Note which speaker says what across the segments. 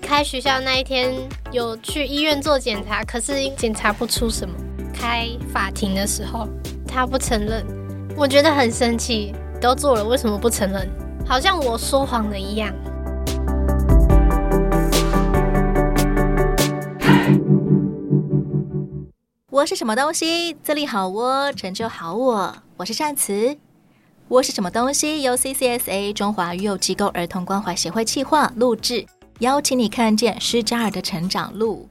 Speaker 1: 开学校那一天有去医院做检查，可是检查不出什么。开法庭的时候，他不承认，我觉得很生气。都做了，为什么不承认？好像我说谎了一样。
Speaker 2: 我是什么东西？自立好我，成就好我。我是善慈。我是什么东西？由 CCSA 中华育幼机构儿童关怀协会企划录制，邀请你看见施加尔的成长路。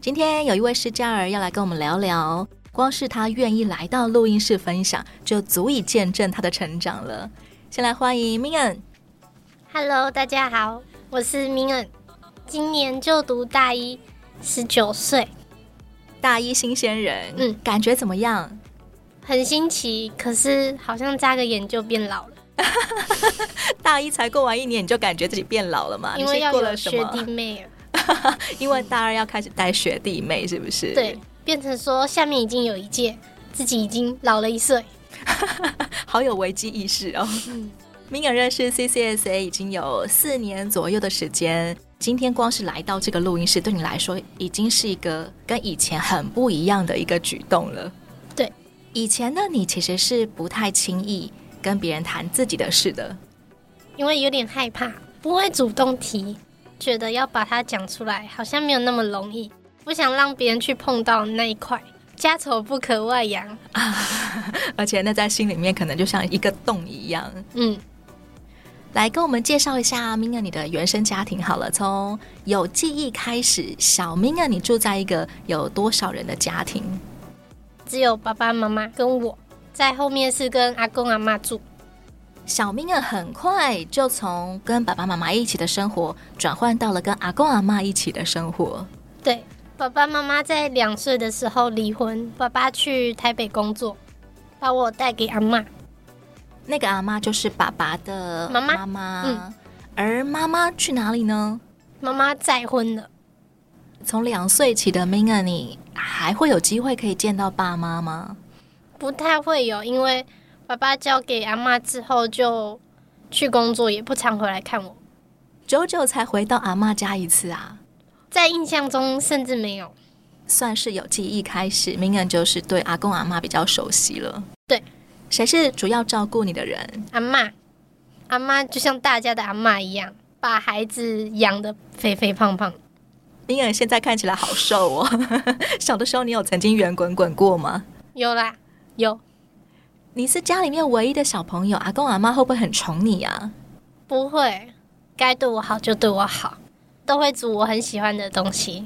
Speaker 2: 今天有一位施加尔要来跟我们聊聊，光是他愿意来到录音室分享，就足以见证他的成长了。先来欢迎 Min。
Speaker 1: Hello，大家好，我是明恩，今年就读大一，十九岁，
Speaker 2: 大一新鲜人，
Speaker 1: 嗯，
Speaker 2: 感觉怎么样？
Speaker 1: 很新奇，可是好像眨个眼就变老了，
Speaker 2: 大一才过完一年，你就感觉自己变老了吗？
Speaker 1: 因为
Speaker 2: 啊你是
Speaker 1: 要
Speaker 2: 过了
Speaker 1: 有
Speaker 2: 什
Speaker 1: 学
Speaker 2: 么？
Speaker 1: 弟妹了。
Speaker 2: 因为大二要开始带学弟妹，是不是？
Speaker 1: 对，，变成说下面已经有一届，自己已经老了一岁。
Speaker 2: 好有危机意识哦。
Speaker 1: 嗯
Speaker 2: 敏感认识 CCSA 已经有四年左右的时间，今天光是来到这个录音室，对你来说已经是一个跟以前很不一样的一个举动了。
Speaker 1: 对，
Speaker 2: 以前呢，你其实是不太轻易跟别人谈自己的事的。
Speaker 1: 因为有点害怕，不会主动提，觉得要把它讲出来好像没有那么容易，不想让别人去碰到那一块。家丑不可外扬，
Speaker 2: 而且那在心里面可能就像一个洞一样。
Speaker 1: 嗯，
Speaker 2: 来跟我们介绍一下 Mina 你的原生家庭好了，从有记忆开始，小 Mina 你住在一个有多少人的家庭？
Speaker 1: 只有爸爸妈妈跟我，在后面是跟阿公阿妈住，
Speaker 2: 小 Mina 很快就从跟爸爸妈妈一起的生活转换到了跟阿公阿妈一起的生活。
Speaker 1: 对，爸爸妈妈在两岁的时候离婚，爸爸去台北工作，把我带给阿妈。
Speaker 2: 那个阿妈就是爸爸的
Speaker 1: 妈妈
Speaker 2: 妈妈
Speaker 1: 嗯
Speaker 2: 而妈妈去哪里呢？
Speaker 1: 妈妈再婚了，
Speaker 2: 从两岁起的 Mina，你还会有机会可以见到爸妈吗？
Speaker 1: 不太会有，因为爸爸交给阿妈之后就去工作，也不常回来看我。
Speaker 2: 久久才回到阿妈家一次啊。
Speaker 1: 在印象中甚至没有。
Speaker 2: 算是有记忆开始，明人就是对阿公阿妈比较熟悉了。
Speaker 1: 对，
Speaker 2: 谁是主要照顾你的人？
Speaker 1: 阿嬷，阿嬷就像大家的阿嬷一样，把孩子养得肥肥胖胖。
Speaker 2: 明人现在看起来好瘦哦。 小的时候你有曾经圆滚滚过吗？
Speaker 1: 有啦，有
Speaker 2: 你是家里面唯一的小朋友，阿公阿妈会不会很宠你啊？
Speaker 1: 不会，该对我好就对我好，都会煮我很喜欢的东西。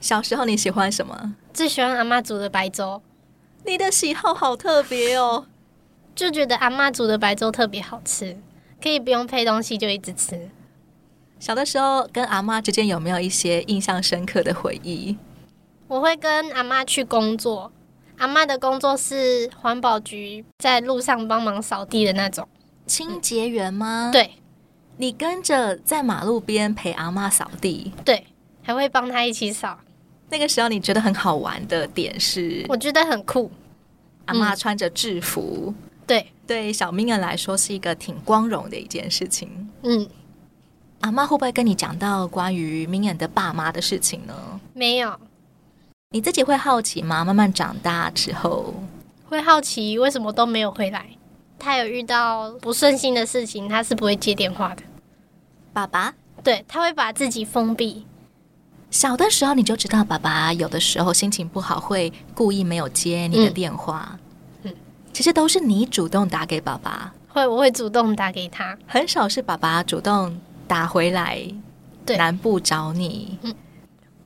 Speaker 2: 小时候你喜欢什么？
Speaker 1: 最喜欢阿嬷煮的白粥，
Speaker 2: 你的喜好好特别哦。
Speaker 1: 就觉得阿嬷煮的白粥特别好吃，可以不用配东西就一直吃。
Speaker 2: 小的时候跟阿妈之间有没有一些印象深刻的回忆？
Speaker 1: 我会跟阿嬷去工作，阿嬷的工作是环保局在路上帮忙扫地的那种。
Speaker 2: 清洁员吗？，
Speaker 1: 对
Speaker 2: 你跟着在马路边陪阿妈扫地，
Speaker 1: 对，还会帮她一起扫。
Speaker 2: 那个时候你觉得很好玩的点是？
Speaker 1: 我觉得很酷。
Speaker 2: 阿妈穿着制服，
Speaker 1: 对，
Speaker 2: 对小明人来说是一个挺光荣的一件事情。
Speaker 1: 嗯，
Speaker 2: 阿妈会不会跟你讲到关于明人的爸妈的事情呢？
Speaker 1: 没有，
Speaker 2: 你自己会好奇吗？慢慢长大之后，
Speaker 1: 会好奇为什么都没有回来。他有遇到不顺心的事情，他是不会接电话的。
Speaker 2: 爸爸
Speaker 1: 对，他会把自己封闭。
Speaker 2: 小的时候你就知道，爸爸有的时候心情不好会故意没有接你的
Speaker 1: 嗯
Speaker 2: 电话。
Speaker 1: 嗯
Speaker 2: 其实都是你主动打给爸爸，
Speaker 1: 会，我会主动打给他。
Speaker 2: 很少是爸爸主动打回来，
Speaker 1: 对
Speaker 2: 南部找你。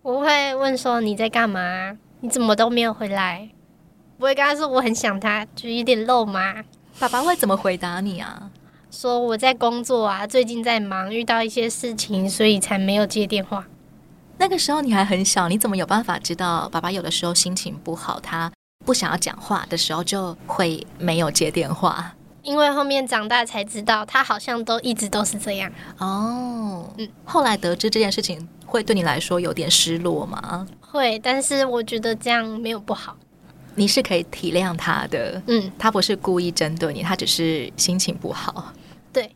Speaker 1: 我会问说你在干嘛？你怎么都没有回来？不会跟他说我很想他，就有点肉麻。
Speaker 2: 爸爸会怎么回答你啊？
Speaker 1: 说我在工作啊，最近在忙，遇到一些事情，所以才没有接电话。
Speaker 2: 那个时候你还很小，你怎么有办法知道爸爸有的时候心情不好，他不想要讲话的时候就会没有接电话？
Speaker 1: 因为后面长大才知道，他好像都一直都是这样。
Speaker 2: 哦，
Speaker 1: 嗯
Speaker 2: 后来得知这件事情，会对你来说有点失落吗？
Speaker 1: 会，但是我觉得这样没有不好。
Speaker 2: 你是可以体谅他的，
Speaker 1: 嗯，
Speaker 2: 他不是故意针对你，他只是心情不好。
Speaker 1: 对，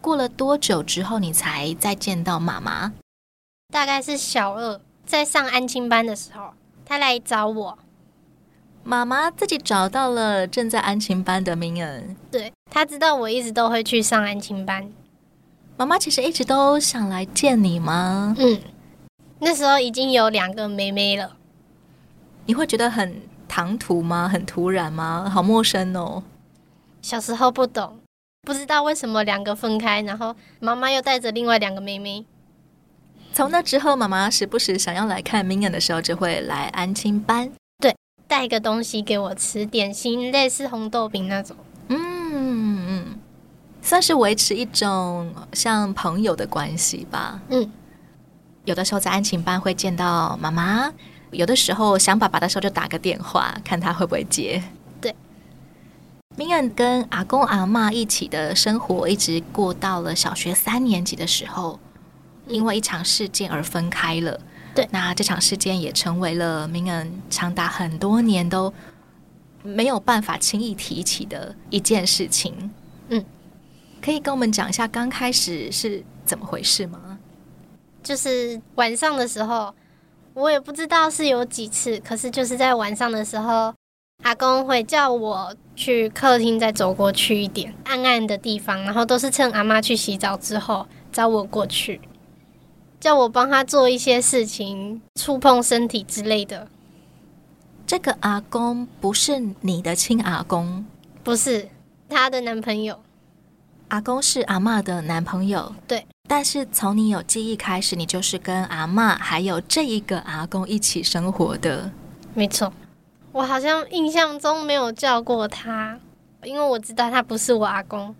Speaker 2: 过了多久之后你才再见到妈妈？
Speaker 1: 大概是小二，在上安亲班的时候，他来找我，
Speaker 2: 妈妈自己找到了正在安亲班的名人。
Speaker 1: 对他知道我一直都会去上安亲班，
Speaker 2: 妈妈其实一直都想来见你吗？
Speaker 1: 嗯，那时候已经有两个妹妹了，
Speaker 2: 你会觉得很唐突吗？很突然吗？好陌生哦。
Speaker 1: 小时候不懂，不知道为什么两个分开，然后妈妈又带着另外两个妹妹，
Speaker 2: 从那之后，妈妈时不时想要来看 Minion 的时候，就会来安亲班。
Speaker 1: 带一个东西给我吃，点心类似红豆饼那种，
Speaker 2: 嗯嗯，算是维持一种像朋友的关系吧。
Speaker 1: 嗯，
Speaker 2: 有的时候在安亲班会见到妈妈，有的时候想爸爸的时候就打个电话，看他会不会接。
Speaker 1: 对，
Speaker 2: 明恩跟阿公阿嬷一起的生活一直过到了小学三年级的时候，因为一场事件而分开了。
Speaker 1: 对
Speaker 2: 那这场事件也成为了明恩长达很多年都没有办法轻易提起的一件事情。
Speaker 1: 嗯，
Speaker 2: 可以跟我们讲一下刚开始是怎么回事吗？
Speaker 1: 就是晚上的时候，我也不知道是有几次，可是就是在晚上的时候，阿公会叫我去客厅再走过去一点暗暗的地方，然后都是趁阿妈去洗澡之后找我过去，叫我帮他做一些事情，触碰身体之类的。
Speaker 2: 这个阿公不是你的亲阿公，
Speaker 1: 不是她的男朋友，
Speaker 2: 阿公是阿嬷的男朋友。
Speaker 1: 对，
Speaker 2: 但是从你有记忆开始，你就是跟阿嬷还有这一个阿公一起生活的。
Speaker 1: 没错，我好像印象中没有叫过他，因为我知道他不是我阿公。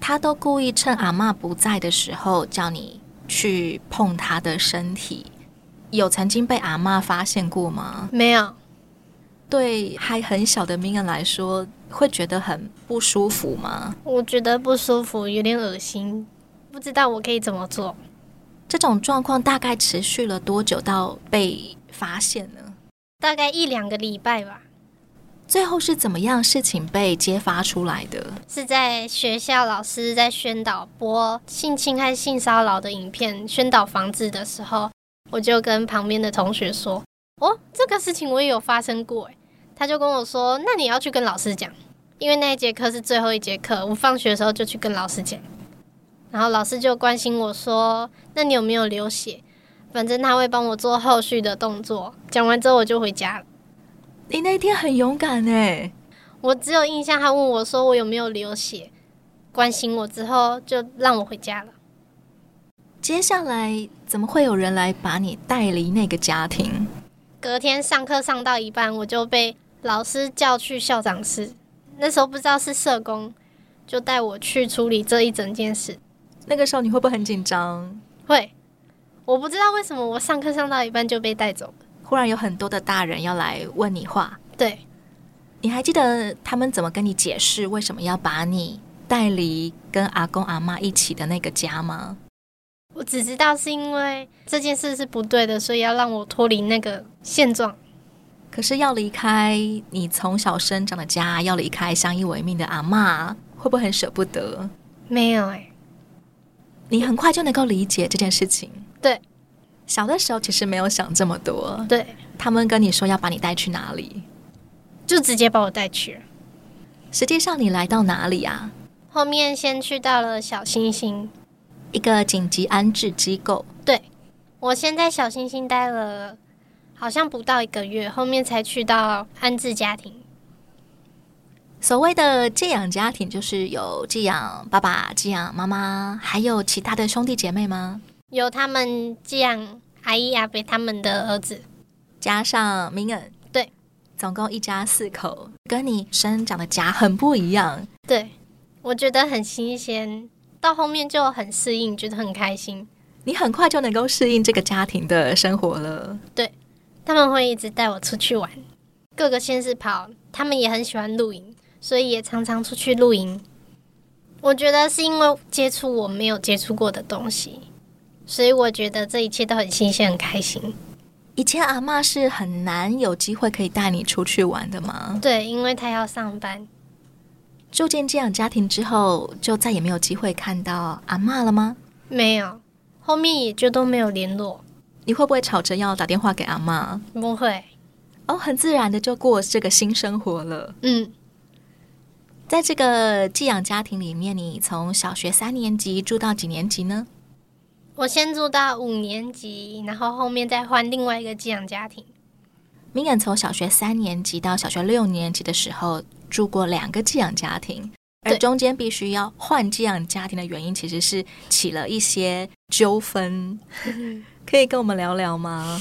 Speaker 2: 他都故意趁阿嬷不在的时候叫你去碰她的身体。有曾经被阿嬷发现过吗？
Speaker 1: 没有，
Speaker 2: 对，还很小的 m i 来说，会觉得很不舒服吗？
Speaker 1: 我觉得不舒服，有点恶心，不知道我可以怎么做。
Speaker 2: 这种状况大概持续了多久到被发现呢？
Speaker 1: 大概一两个礼拜吧，
Speaker 2: 最后是怎么样事情被揭发出来的？
Speaker 1: 是在学校老师在宣导播性侵害、性骚扰的影片，宣导防治的时候，我就跟旁边的同学说：“哦，这个事情我也有发生过。”诶，他就跟我说：“那你要去跟老师讲，因为那一节课是最后一节课，我放学的时候就去跟老师讲。”然后老师就关心我说：“那你有没有流血？”反正他会帮我做后续的动作。讲完之后我就回家了。
Speaker 2: 你那天很勇敢哎，
Speaker 1: 我只有印象，他问我说我有没有流血，关心我之后就让我回家了。
Speaker 2: 接下来怎么会有人来把你带离那个家庭？
Speaker 1: 隔天上课上到一半，我就被老师叫去校长室，那时候不知道是社工，就带我去处理这一整件事。
Speaker 2: 那个时候你会不会很紧张？
Speaker 1: 会，我不知道为什么我上课上到一半就被带走了。
Speaker 2: 忽然有很多的大人要来问你话，
Speaker 1: 对，
Speaker 2: 你还记得他们怎么跟你解释为什么要把你带离跟阿公阿妈一起的那个家吗？
Speaker 1: 我只知道是因为这件事是不对的，所以要让我脱离那个现状。
Speaker 2: 可是要离开你从小生长的家，要离开相依为命的阿妈，会不会很舍不得？
Speaker 1: 没有哎、
Speaker 2: 你很快就能够理解这件事情。
Speaker 1: 对，
Speaker 2: 小的时候其实没有想这么多。
Speaker 1: 对，
Speaker 2: 他们跟你说要把你带去哪里，
Speaker 1: 就直接把我带去了。
Speaker 2: 实际上你来到哪里啊？
Speaker 1: 后面先去到了小星星，
Speaker 2: 一个紧急安置机构。
Speaker 1: 我先在小星星待了，好像不到一个月，后面才去到安置家庭。
Speaker 2: 所谓的寄养家庭，就是有寄养爸爸、寄养妈妈，还有其他的兄弟姐妹吗？
Speaker 1: 有他们寄养阿姨、阿伯他们的儿子，
Speaker 2: 加上明恩，
Speaker 1: 对，
Speaker 2: 总共一家四口，跟你生长的家很不一样。
Speaker 1: 对我觉得很新鲜，到后面就很适应，觉得很开心。
Speaker 2: 你很快就能够适应这个家庭的生活了。
Speaker 1: 他们会一直带我出去玩，各个县市跑，他们也很喜欢露营，所以也常常出去露营。我觉得是因为接触我没有接触过的东西，所以我觉得这一切都很新鲜，很开心。
Speaker 2: 以前阿嬷是很难有机会可以带你出去玩的吗？
Speaker 1: 对，因为他要上班，
Speaker 2: 住进寄养家庭之后，就再也没有机会看到阿嬷了吗？
Speaker 1: 没有。后面也就都没有联络，
Speaker 2: 你会不会吵着要打电话给阿妈？
Speaker 1: 不会，
Speaker 2: 哦，很自然的就过这个新生活了。
Speaker 1: 嗯，
Speaker 2: 在这个寄养家庭里面，你从小学三年级住到几年级呢？
Speaker 1: 我先住到五年级，然后后面再换另外一个寄养家庭。
Speaker 2: 明远从小学三年级到小学六年级的时候，住过两个寄养家庭，而
Speaker 1: 对
Speaker 2: 中间必须要换寄养家庭的原因，其实是起了一些纠纷，可以跟我们聊聊吗？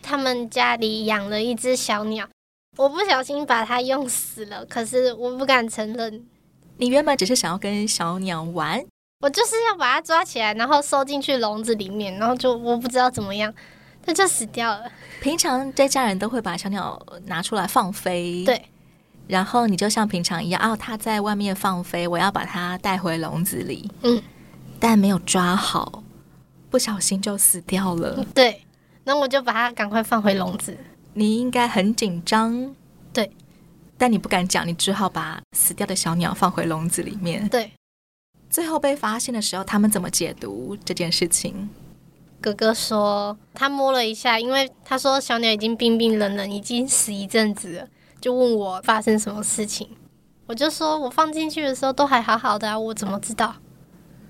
Speaker 1: 他们家里养了一只小鸟，我不小心把它用死了，可是我不敢承认，
Speaker 2: 你原本只是想要跟小鸟玩，
Speaker 1: 我就是要把它抓起来，然后收进去笼子里面，然后就我不知道怎么样，它就死掉了。
Speaker 2: 平常在家人都会把小鸟拿出来放飞，
Speaker 1: 对，
Speaker 2: 然后你就像平常一样，哦，它在外面放飞，我要把它带回笼子里，
Speaker 1: 嗯，
Speaker 2: 但没有抓好，嗯不小心就死掉了。
Speaker 1: 对，然后我就把它赶快放回笼子。
Speaker 2: 你应该很紧张，
Speaker 1: 对，
Speaker 2: 但你不敢讲，你只好把死掉的小鸟放回笼子里面。
Speaker 1: 对，
Speaker 2: 最后被发现的时候，他们怎么解读这件事情？
Speaker 1: 哥哥说他摸了一下，因为他说小鸟已经冰冰冷冷，已经死一阵子了，就问我发生什么事情。我就说我放进去的时候都还好好的啊，我怎么知道？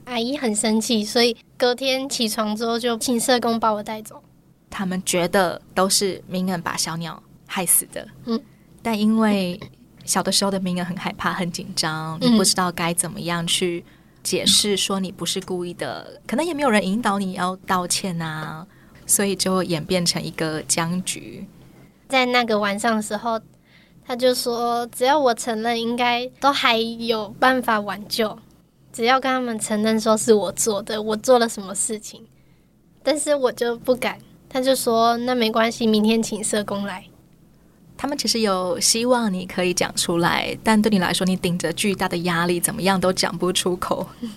Speaker 1: 阿姨很生气，所以隔天起床之后就请社工把我带走。
Speaker 2: 他们觉得都是明恩把小鸟害死的，
Speaker 1: 嗯，
Speaker 2: 但因为小的时候的明恩很害怕、很紧张，
Speaker 1: 嗯
Speaker 2: 你不知道该怎么样去解释说你不是故意的，可能也没有人引导你要道歉啊，所以就演变成一个僵局。
Speaker 1: 在那个晚上的时候，他就说只要我承认，应该都还有办法挽救，只要跟他们承认说是我做的，我做了什么事情，但是我就不敢。他就说那没关系，明天请社工来。
Speaker 2: 他们其实有希望你可以讲出来，但对你来说，你顶着巨大的压力，怎么样都讲不出口。其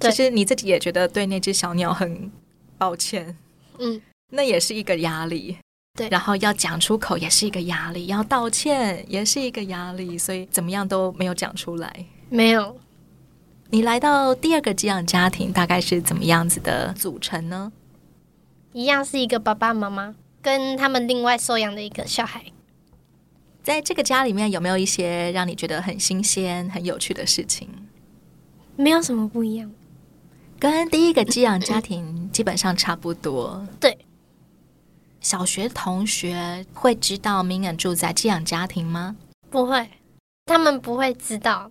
Speaker 1: 对
Speaker 2: 实你自己也觉得对那只小鸟很抱歉，
Speaker 1: 嗯，
Speaker 2: 那也是一个压力。
Speaker 1: 对
Speaker 2: 然后要讲出口也是一个压力，要道歉也是一个压力，所以怎么样都没有讲出来。
Speaker 1: 没有，
Speaker 2: 你来到第二个寄养家庭，大概是怎么样子的组成呢？
Speaker 1: 一样是一个爸爸妈妈跟他们另外收养的一个小孩。
Speaker 2: 在这个家里面有没有一些让你觉得很新鲜、很有趣的事情？
Speaker 1: 没有什么不一样，
Speaker 2: 跟第一个寄养家庭基本上差不多。
Speaker 1: 对，
Speaker 2: 小学同学会知道明远住在寄养家庭吗？
Speaker 1: 不会，他们不会知道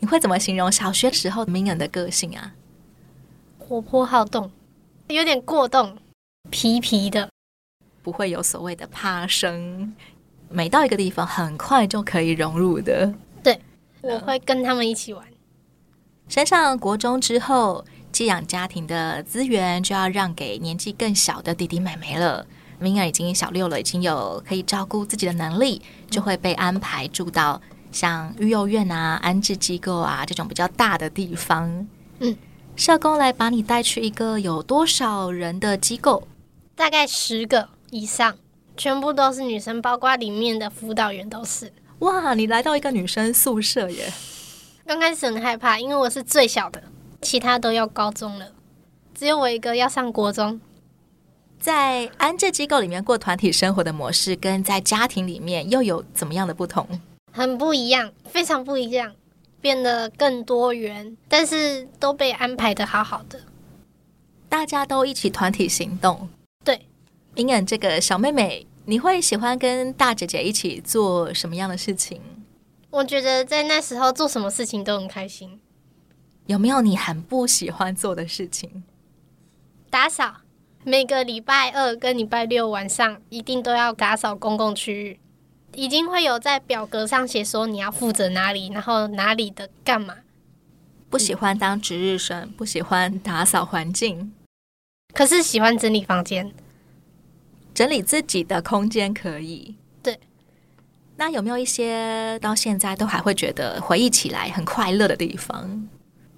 Speaker 2: 你会怎么形容小学时候明远的个性啊？
Speaker 1: 活泼好动，有点过动，皮皮的。
Speaker 2: 不会有所谓的怕生，每到一个地方很快就可以融入的。
Speaker 1: 我会跟他们一起玩。
Speaker 2: 升上国中之后，寄养家庭的资源就要让给年纪更小的弟弟妹妹了。明儿已经小六了，已经有可以照顾自己的能力，就会被安排住到像育幼院啊、安置机构啊这种比较大的地方。
Speaker 1: 嗯，
Speaker 2: 社工来把你带去一个有多少人的机构？
Speaker 1: 大概十个以上，全部都是女生，包括里面的辅导员都是。
Speaker 2: 哇，你来到一个女生宿舍耶！
Speaker 1: 刚开始很害怕，因为我是最小的，其他都要高中了，只有我一个要上国中。
Speaker 2: 在安置机构里面过团体生活的模式，跟在家庭里面又有怎么样的不同？
Speaker 1: 很不一样，非常不一样，变得更多元，但是都被安排的好好的。
Speaker 2: 大家都一起团体行动。
Speaker 1: 对，
Speaker 2: 明远这个小妹妹，你会喜欢跟大姐姐一起做什么样的事情？
Speaker 1: 我觉得在那时候做什么事情都很开心，
Speaker 2: 有没有你很不喜欢做的事情？
Speaker 1: 打扫。每个礼拜二跟礼拜六晚上一定都要打扫公共区域，已经会有在表格上写说你要负责哪里，然后哪里的干嘛。
Speaker 2: 不喜欢当值日生，
Speaker 1: 嗯
Speaker 2: 不喜欢打扫环境，
Speaker 1: 可是喜欢整理房间，
Speaker 2: 整理自己的空间可以。
Speaker 1: 对，
Speaker 2: 那有没有一些到现在都还会觉得回忆起来很快乐的地方？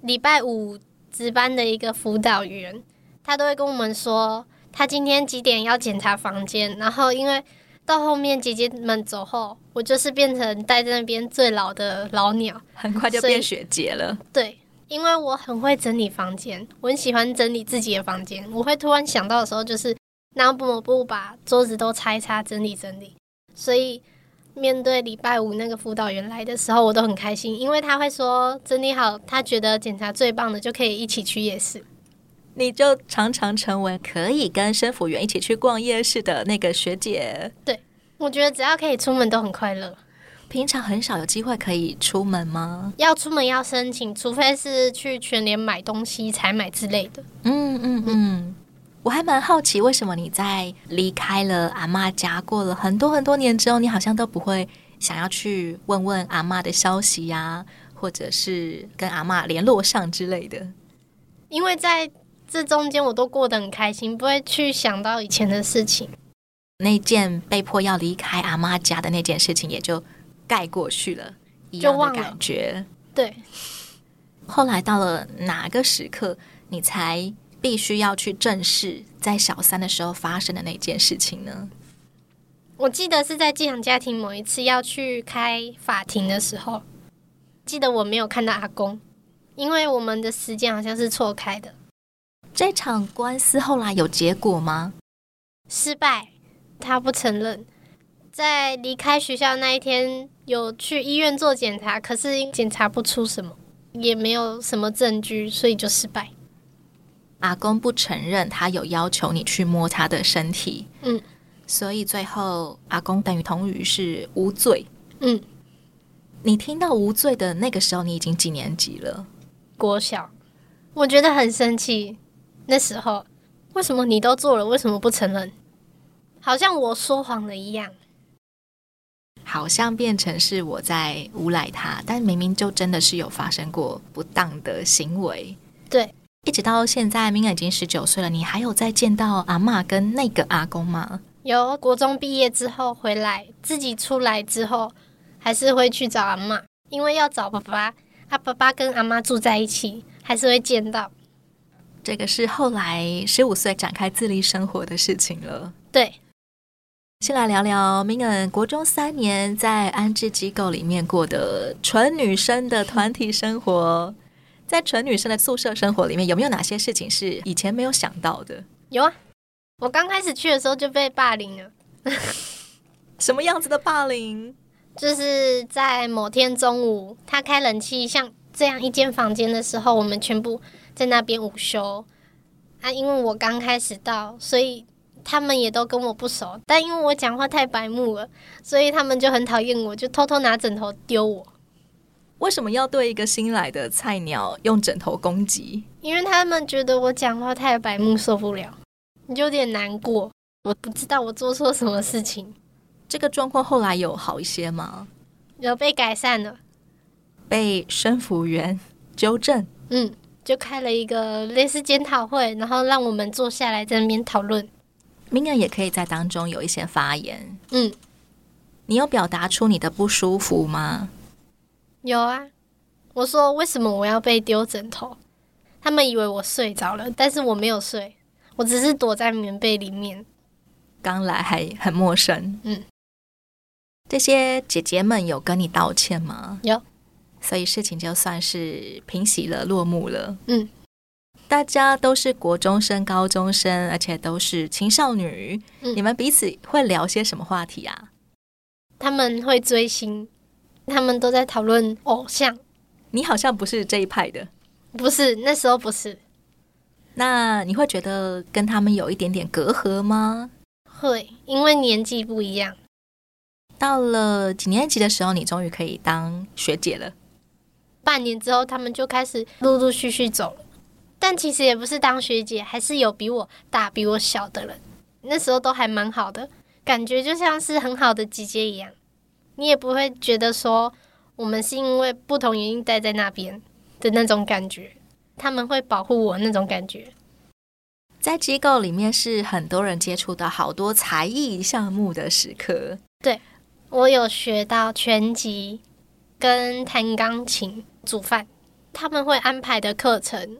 Speaker 1: 礼拜五值班的一个辅导员，他都会跟我们说，他今天几点要检查房间。然后因为到后面姐姐们走后，我就是变成待在那边最老的老鸟，
Speaker 2: 很快就
Speaker 1: 所以
Speaker 2: 变学姐了。
Speaker 1: 对，因为我很会整理房间，我很喜欢整理自己的房间。我会突然想到的时候，就是拿抹布把桌子都擦一擦，整理整理。所以面对礼拜五那个辅导员来的时候，我都很开心，因为他会说整理好，他觉得检查最棒的就可以一起去夜市。
Speaker 2: 你就常常成为可以跟生辅员一起去逛夜市的那个学姐。
Speaker 1: 我觉得只要可以出门都很快乐。
Speaker 2: 平常很少有机会可以出门吗？
Speaker 1: 要出门要申请，除非是去全联买东西、采买之类的。
Speaker 2: 嗯嗯嗯，我还蛮好奇，为什么你在离开了阿嬷家，过了很多很多年之后，你好像都不会想要去问问阿嬷的消息呀、或者是跟阿嬷联络上之类的？
Speaker 1: 因为在这中间我都过得很开心，不会去想到以前的事情。
Speaker 2: 那件被迫要离开阿嬷家的那件事情，也就盖过去了，一
Speaker 1: 就
Speaker 2: 样的
Speaker 1: 忘了
Speaker 2: 感觉。
Speaker 1: 对，
Speaker 2: 后来到了哪个时刻，你才必须要去正视在小三的时候发生的那件事情呢？
Speaker 1: 我记得是在寄养家庭某一次要去开法庭的时候，记得我没有看到阿公，因为我们的时间好像是错开的，
Speaker 2: 这场官司后来有结果吗？
Speaker 1: 失败，他不承认。在离开学校那一天，有去医院做检查，可是检查不出什么，也没有什么证据，所以就失败。
Speaker 2: 阿公不承认他有要求你去摸他的身体，
Speaker 1: 嗯，
Speaker 2: 所以最后阿公等于同于是无罪。
Speaker 1: 嗯，
Speaker 2: 你听到无罪的那个时候，你已经几年级了？
Speaker 1: 国小，我觉得很生气。那时候，为什么你都做了，为什么不承认？好像我说谎了一样。
Speaker 2: 好像变成是我在诬赖他，但明明就真的是有发生过不当的行为。
Speaker 1: 对，
Speaker 2: 一直到现在，明恩已经十九岁了，你还有再见到阿嬷跟那个阿公吗？
Speaker 1: 由国中毕业之后回来，自己出来之后，还是会去找阿妈，因为要找爸爸。啊，爸爸跟阿妈住在一起，还是会见到。
Speaker 2: 这个是后来十五岁展开自立生活的事情了。
Speaker 1: 对，
Speaker 2: 先来聊聊明恩国中三年在安置机构里面过的纯女生的团体生活，在纯女生的宿舍生活里面，有没有哪些事情是以前没有想到的？
Speaker 1: 有啊。我刚开始去的时候就被霸凌了，
Speaker 2: 什么样子的霸凌？
Speaker 1: 就是在某天中午，他开冷气像这样一间房间的时候，我们全部在那边午休。啊，因为我刚开始到，所以他们也都跟我不熟，但因为我讲话太白目了，所以他们就很讨厌我，就偷偷拿枕头丢我。
Speaker 2: 为什么要对一个新来的菜鸟用枕头攻击？
Speaker 1: 因为他们觉得我讲话太白目，受不了，你就有点难过。我不知道我做错什么事情，
Speaker 2: 这个状况后来有好一些吗？
Speaker 1: 有被改善了。
Speaker 2: 被生辅员纠正，
Speaker 1: 嗯，就开了一个类似检讨会，然后让我们坐下来在那边讨论。
Speaker 2: 明恩也可以在当中有一些发言。
Speaker 1: 嗯，
Speaker 2: 你有表达出你的不舒服吗？
Speaker 1: 有啊，我说为什么我要被丢枕头？他们以为我睡着了，但是我没有睡，我只是躲在棉被里面。
Speaker 2: 刚来还很陌生，
Speaker 1: 嗯，
Speaker 2: 这些姐姐们有跟你道歉吗？
Speaker 1: 有，
Speaker 2: 所以事情就算是平息了，落幕了。
Speaker 1: 嗯，
Speaker 2: 大家都是国中生、高中生，而且都是青少女，
Speaker 1: 嗯
Speaker 2: 你们彼此会聊些什么话题啊？
Speaker 1: 他们会追星，他们都在讨论偶像。
Speaker 2: 你好像不是这一派的，
Speaker 1: 不是那时候不是
Speaker 2: 那你会觉得跟他们有一点点隔阂吗？
Speaker 1: 会，因为年纪不一样。
Speaker 2: 到了几年级的时候，你终于可以当学姐了。
Speaker 1: 半年之后，他们就开始陆陆续续走了。但其实也不是当学姐，还是有比我大、比我小的人。那时候都还蛮好的，感觉就像是很好的姐姐一样。你也不会觉得说我们是因为不同原因待在那边的那种感觉，他们会保护我那种感觉。
Speaker 2: 在机构里面是很多人接触到好多才艺项目的时刻，
Speaker 1: 我有学到拳击、跟弹钢琴、煮饭，他们会安排的课程。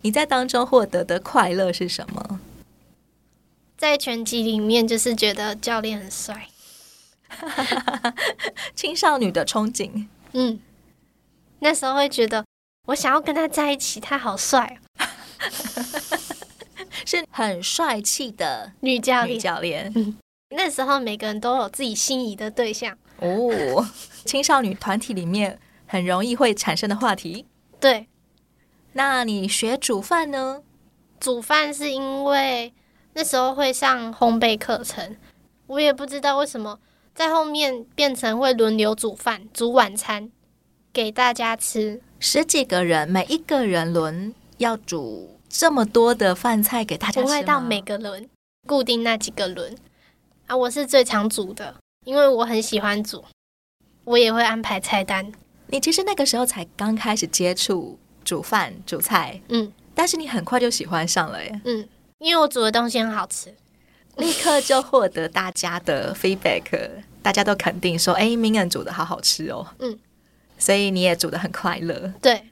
Speaker 2: 你在当中获得的快乐是什么？
Speaker 1: 在拳击里面，就是觉得教练很帅。
Speaker 2: 青少女的憧憬，
Speaker 1: 嗯，那时候会觉得我想要跟他在一起，他好帅哦，
Speaker 2: 是很帅气的
Speaker 1: 女教
Speaker 2: 女
Speaker 1: 练。
Speaker 2: 教练
Speaker 1: 那时候每个人都有自己心仪的对象，
Speaker 2: 哦。 青少女团体里面很容易会产生的话题。
Speaker 1: 对，
Speaker 2: 那你学煮饭呢？
Speaker 1: 煮饭是因为那时候会上烘焙课程，我也不知道为什么在后面变成会轮流煮饭、煮晚餐给大家吃。
Speaker 2: 十几个人，每一个人轮要煮这么多的饭菜给大家吃
Speaker 1: 不
Speaker 2: 吗
Speaker 1: 会到每个轮，固定那几个轮啊，我是最常煮的，因为我很喜欢煮，我也会安排菜单。
Speaker 2: 你其实那个时候才刚开始接触煮饭、煮菜，
Speaker 1: 嗯
Speaker 2: 但是你很快就喜欢上了 耶，
Speaker 1: 嗯，因为我煮的东西很好吃。
Speaker 2: 立刻就获得大家的 feedback，大家都肯定说：“哎，明恩煮的好好吃哦。”
Speaker 1: 嗯，
Speaker 2: 所以你也煮的很快乐。
Speaker 1: 对，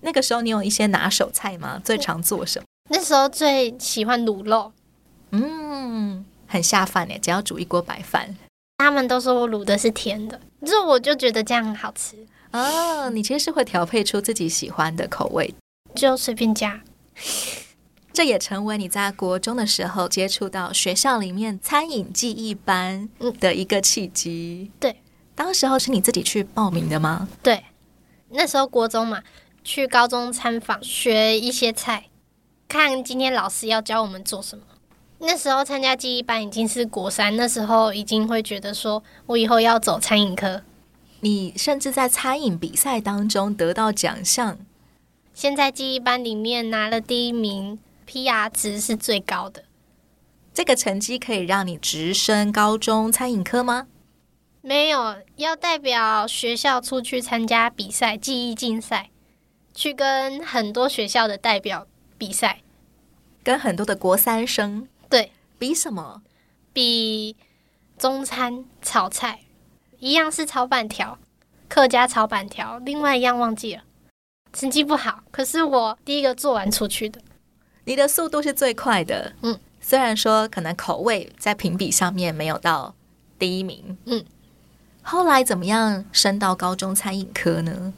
Speaker 2: 那个时候你有一些拿手菜吗？最常做什么？
Speaker 1: 那时候最喜欢卤肉，
Speaker 2: 嗯，很下饭耶，只要煮一锅白饭。
Speaker 1: 他们都说我卤的是甜的，可是我就觉得这样很好吃，
Speaker 2: 哦，你其实是会调配出自己喜欢的口味，
Speaker 1: 就随便加。
Speaker 2: 这也成为你在国中的时候接触到学校里面餐饮技艺班的一个契机。
Speaker 1: 嗯对，
Speaker 2: 当时候是你自己去报名的吗？
Speaker 1: 对，那时候国中嘛，去高中参访学一些菜，看今天老师要教我们做什么。那时候参加记忆班已经是国三，那时候已经会觉得说我以后要走餐饮科。
Speaker 2: 你甚至在餐饮比赛当中得到奖项，
Speaker 1: 现在记忆班里面拿了第一名，PR 值是最高的。
Speaker 2: 这个成绩可以让你直升高中餐饮科吗？
Speaker 1: 没有要代表学校出去参加比赛，记忆竞赛，去跟很多学校的代表比赛，
Speaker 2: 跟很多的国三生
Speaker 1: 对
Speaker 2: 比什么？
Speaker 1: 比中餐炒菜，一样是炒板条，客家炒板条，另外一样忘记了，成绩不好，可是我第一个做完出去的，
Speaker 2: 你的速度是最快的。
Speaker 1: 嗯，
Speaker 2: 虽然说可能口味在评比上面没有到第一名。
Speaker 1: 嗯，
Speaker 2: 后来怎么样升到高中餐饮科呢？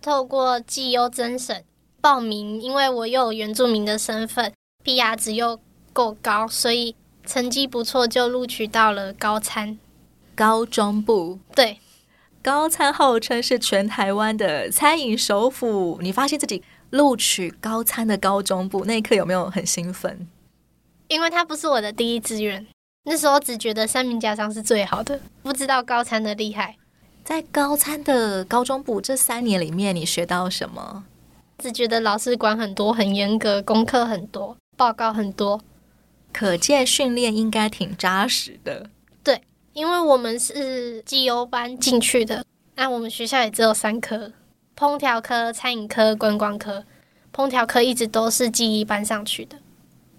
Speaker 1: 透过绩优甄审报名，因为我又有原住民的身份，PR 值又够高，所以成绩不错就录取到了高餐，
Speaker 2: 高中部，
Speaker 1: 对。
Speaker 2: 高餐号称是全台湾的餐饮首府。你发现自己录取高餐的高中部，那一刻有没有很兴奋？
Speaker 1: 因为它不是我的第一志愿。那时候只觉得三明家商是最好的，不知道高餐的厉害，
Speaker 2: 在高餐的高中部这三年里面，你学到什么？
Speaker 1: 只觉得老师管很多，很严格，功课很多，报告很多。
Speaker 2: 可见训练应该挺扎实的。
Speaker 1: 因为我们是绩优班进去的，那我们学校也只有三科：烹调科、餐饮科、观光科。烹调科一直都是记忆班上去的，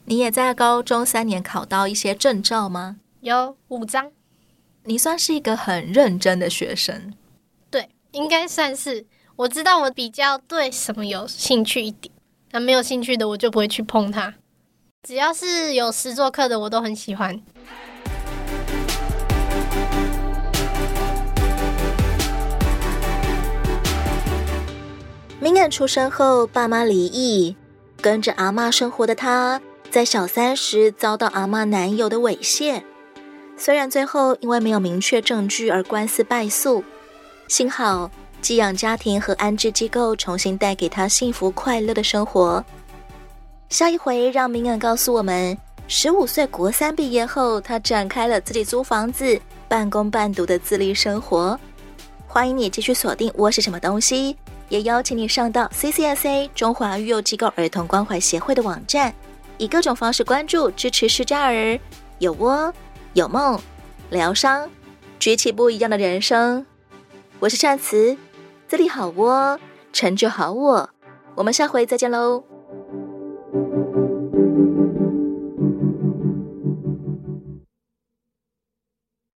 Speaker 2: 你也在高中三年考到一些证照吗？
Speaker 1: 有五张，
Speaker 2: 你算是一个很认真的学生，
Speaker 1: 对，应该算是。我知道我比较对什么有兴趣一点，那没有兴趣的我就不会去碰它。只要是有实作课的，我都很喜欢。
Speaker 3: 明远出生后，爸妈离异，跟着阿嬷生活的她，在小三时遭到阿嬷男友的猥亵。虽然最后因为没有明确证据而官司败诉，幸好寄养家庭和安置机构重新带给她幸福快乐的生活。下一回让明远告诉我们，十五岁国三毕业后，她展开了自己租房子、半工半读的自立生活。欢迎你继续锁定《我是什么东西》。也邀请你上到 CCSA 中华育幼机构儿童关怀协会的网站，以各种方式关注支持失家儿，有窝有梦，疗伤，举起不一样的人生。我是善慈，自立好窝，成就好我。我们下回再见喽。